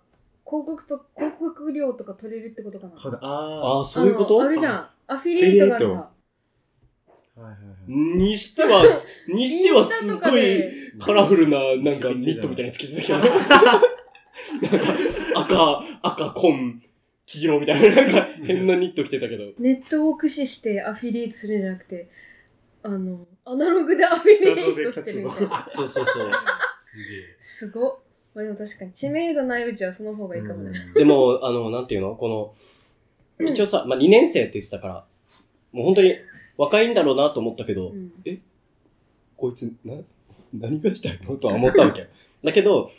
Speaker 2: 広告と、広告料とか取れるってことかな
Speaker 4: き。あ
Speaker 3: ああ、そういうこと
Speaker 2: あのあるじゃん。アフィリエイトがあるさ。
Speaker 4: あ。はいはいはい。
Speaker 3: にし
Speaker 2: <laughs>
Speaker 3: ては、にしては
Speaker 2: イン
Speaker 3: す
Speaker 2: スタ
Speaker 3: っ
Speaker 2: とか
Speaker 3: ごい
Speaker 2: で
Speaker 3: カラフルな、なん
Speaker 4: <laughs>
Speaker 3: かニットみたいなのつけてたけど。なんか赤、赤、紺、黄色みたいな、なんか変なニット着てたけど。
Speaker 2: ネットを駆使してアフィリエイトするんじゃなくて、あの、アナログでアフィリエイトしてるみたいな。
Speaker 3: そうそうそう。
Speaker 4: す
Speaker 2: すごっ。まあでも確かに知名度ないうちはその方が
Speaker 4: げ
Speaker 2: い
Speaker 4: え。
Speaker 2: いかもね。
Speaker 3: でも、あの、なんていうのこ
Speaker 2: う
Speaker 3: の、
Speaker 2: ん
Speaker 3: 一応さ、まあ、2年生って言ってたから、もう本当に若いんだろうなと思ったけど、
Speaker 2: うん
Speaker 3: こいつ、な、何がしたいのとは思ったわけよ。 <laughs> だけど、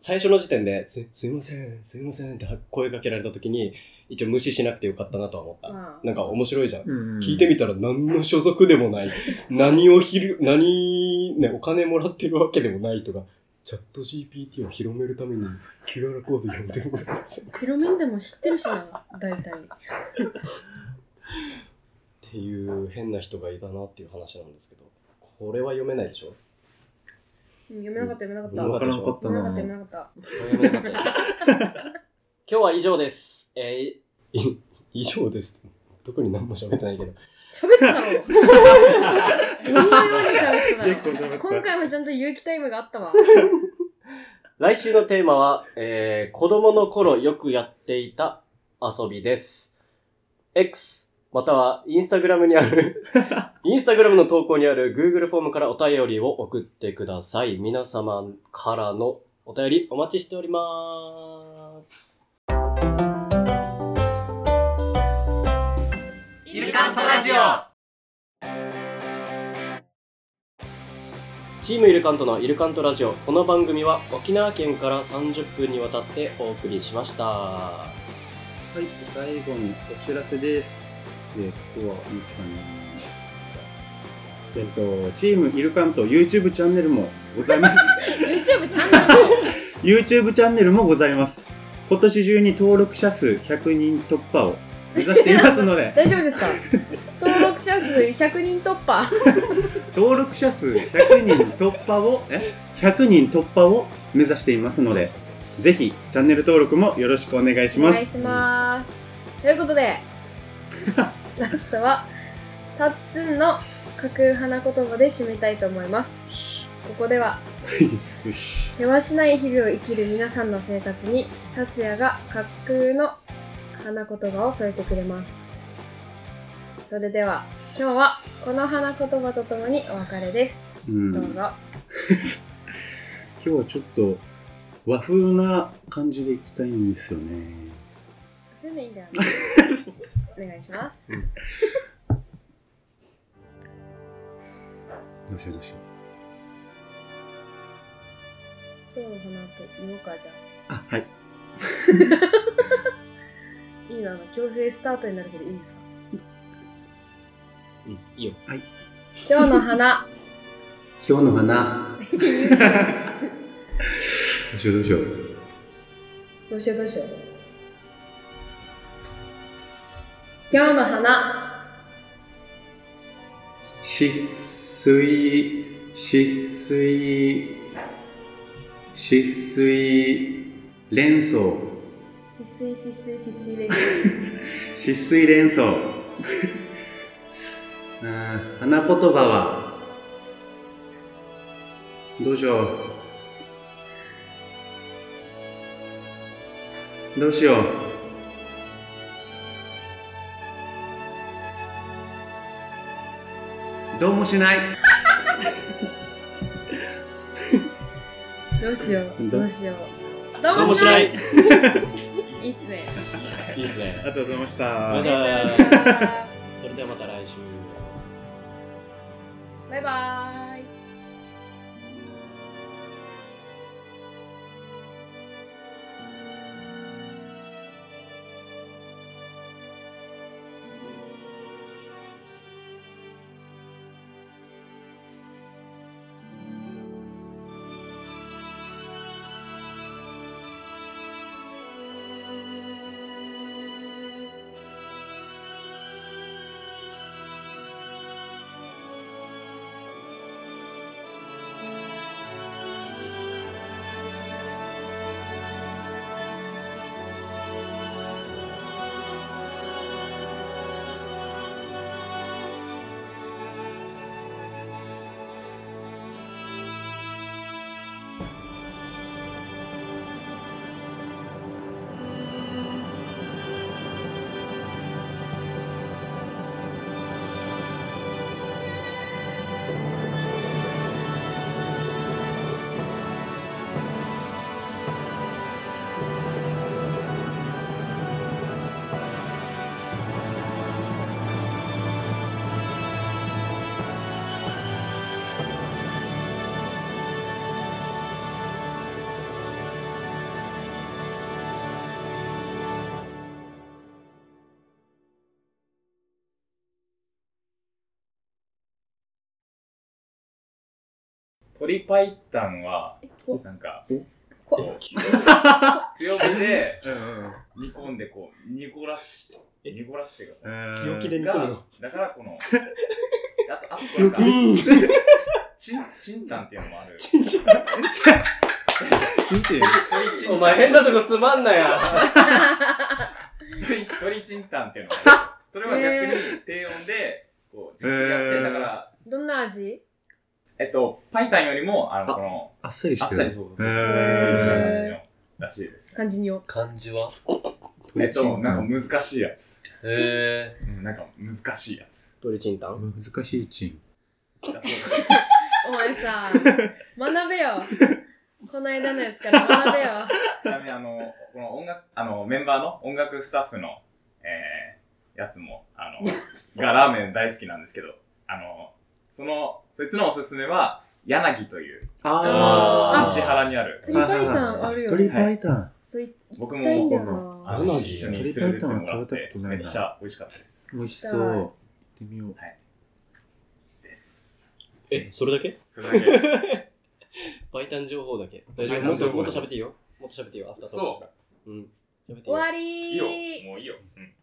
Speaker 3: 最初の時点で、す、すいません、すいませんって声かけられた時に、一応無視しなくてよかったなとは思った。
Speaker 2: まあ
Speaker 3: なんか面白いじゃん。
Speaker 4: うん
Speaker 3: 聞いてみたら何の所属でも <laughs> ない。何をひる、何、ね、お金もらってるわけでもない人が、チャット GPT を広めるために QR コード読んでもらえませんか
Speaker 2: ピロメンでも知ってるしな、大体。
Speaker 3: っていう変な人がいたなっていう話なんですけど、これは読めないでしょ
Speaker 2: うん読めなかった、読めなかった。
Speaker 4: わからんかった
Speaker 2: 読めなかった、読め
Speaker 4: な。
Speaker 2: なかった。
Speaker 3: 読めなかったでしょ <laughs> 今日は以上です。えーい以上ですって。特に何も喋ってないけど。
Speaker 2: 喋ったろ今のように喋
Speaker 4: 結構
Speaker 2: った
Speaker 4: 喋
Speaker 2: な。
Speaker 4: った
Speaker 2: 今回もちゃんと有機タイムがあったわ。
Speaker 3: 来週のテーマは、えー、子供の頃よくやっていた遊びです。X、またはインスタグラムにある、インスタグラムの投稿にある Google フォームからお便りを送ってください。皆様からのお便りお待ちしております。
Speaker 7: イルカントラジオ
Speaker 3: チームイルカントのイルカントラジオこの番組は沖縄県から30分にわたってお送りしました
Speaker 5: はい、最後にお知らせです。えーここはゆきさんに。えっと、チームイルカント YouTube チャンネルもございます。
Speaker 2: YouTube チャンネ
Speaker 5: YouTube チャンネルもございます。今年中に登録者数100人突破を
Speaker 4: 目指していますの
Speaker 2: <laughs>
Speaker 4: で、
Speaker 2: 大丈夫ですか登録者数100人突破
Speaker 4: 登録者数100人突破を、え ?100 人突破を目指していますので、
Speaker 3: そうそうそう
Speaker 4: ぜひチャンネル登録もよろしくお願いし
Speaker 2: お
Speaker 4: ま
Speaker 2: 願いし
Speaker 4: す。
Speaker 2: ますということ
Speaker 4: <laughs>
Speaker 2: でラストはタッツンの架空花言葉で締めたいと思いますここでは
Speaker 4: よし。
Speaker 2: せわしない日々を生きる皆さんの生活に達也が架空の花言葉を添えてくれますそれでは今日はこの花言葉とともにお別れです
Speaker 4: う。
Speaker 2: どうんぞ
Speaker 4: 今日はちょっと和風な感じでいきたいんですよね。
Speaker 2: それでいいんだよ
Speaker 4: <laughs>
Speaker 2: ねお願いします
Speaker 4: どうしようどうしよ
Speaker 2: 今日の花と言おうかじゃ
Speaker 4: う。あ、は
Speaker 2: <laughs> あ
Speaker 4: い。
Speaker 2: いいな強制スタートになるけどいいんですか
Speaker 3: うん、いいよ。
Speaker 2: 今日の花
Speaker 4: <laughs> 今日の花。どうしようどうしよう。
Speaker 2: どうしようどうしよう今日の花
Speaker 4: 失水、失水、失水、連想、
Speaker 2: しすいしすいしすいで
Speaker 4: 失水連想。あー花言葉は、どうしよう。どうしよう。どうもしない。
Speaker 2: どうしよう
Speaker 4: ど
Speaker 2: どうしようどうもしないいいっすね
Speaker 3: いいですね。
Speaker 4: ありがとうございまし
Speaker 3: あ
Speaker 4: た
Speaker 3: り。がとうございま
Speaker 2: バ
Speaker 3: それではまた来週。
Speaker 2: イバーイ
Speaker 6: 鳥パイタンは、なんか、
Speaker 2: こ
Speaker 6: こう強火で煮込んで、こう、濁らし、濁らすっていうか、
Speaker 3: 強気で煮込む
Speaker 6: が
Speaker 3: の、
Speaker 6: だからこの、あと、あとなんか、ちん、ちんたんっていうのもある。ちんちん鳥ちん
Speaker 3: お前変なとこつまんなや。
Speaker 6: 鳥鳥ちんたんっていうのがある。それは逆に低温で、こう、じっくりやっ
Speaker 4: へ
Speaker 6: て、
Speaker 4: ー
Speaker 6: だから、
Speaker 2: どんな味
Speaker 6: えっと、パイタンよりも、あの、
Speaker 4: あ
Speaker 6: この、
Speaker 4: あっさり
Speaker 6: あ
Speaker 4: し
Speaker 6: ってさり
Speaker 4: る。
Speaker 6: そうそうそう、
Speaker 4: へ
Speaker 6: すっき
Speaker 4: ー
Speaker 6: りした感じの、らしいです。
Speaker 2: 感じによ
Speaker 3: 漢字は
Speaker 6: えっと、なんか難しいやつ。
Speaker 3: へえ。
Speaker 6: うん、なんか難しいやつ。
Speaker 3: 鳥チンタン
Speaker 4: 難しいチン。
Speaker 6: だそうです
Speaker 2: お前 <laughs> さ学べよこの間のやつから学 <laughs> べよ
Speaker 6: ちなみに、あの、この音楽、 <laughs> あの、メンバーの音楽スタッフの、えー、やつも、あ <laughs> の、がラーメン大好きなんですけど、あの、その、そいつのおすすめは、柳という、
Speaker 3: あー
Speaker 6: 西原にある、
Speaker 2: 鳥パイタンあるよ
Speaker 4: 鳥
Speaker 2: ね
Speaker 4: パイタン。
Speaker 2: そうい
Speaker 6: 僕
Speaker 2: 行きたいんだよ
Speaker 6: も、
Speaker 2: な
Speaker 6: あの、
Speaker 3: 柳
Speaker 6: 一緒に連れてってもら
Speaker 4: 鳥パイ
Speaker 6: っ
Speaker 4: タ、ンは
Speaker 6: て
Speaker 4: 食べたことな
Speaker 6: め
Speaker 4: い
Speaker 6: っ
Speaker 4: な
Speaker 6: ちゃ美味しかったです。
Speaker 4: 美味しそう。行ってみよう。
Speaker 6: です。
Speaker 3: え、それだけ
Speaker 6: それ <laughs> だけ。
Speaker 3: バイタン情報だけ。大丈夫
Speaker 6: バ
Speaker 3: も
Speaker 6: イ
Speaker 3: っ
Speaker 6: タン情
Speaker 3: と
Speaker 6: 報
Speaker 3: もっと喋っていいよ。もっと喋っていいよ。アフタートーク
Speaker 6: そ
Speaker 3: うん。喋っていい
Speaker 2: 終
Speaker 3: よ
Speaker 2: わ。
Speaker 6: う。いいよ。
Speaker 2: りー
Speaker 6: もういいよ。うん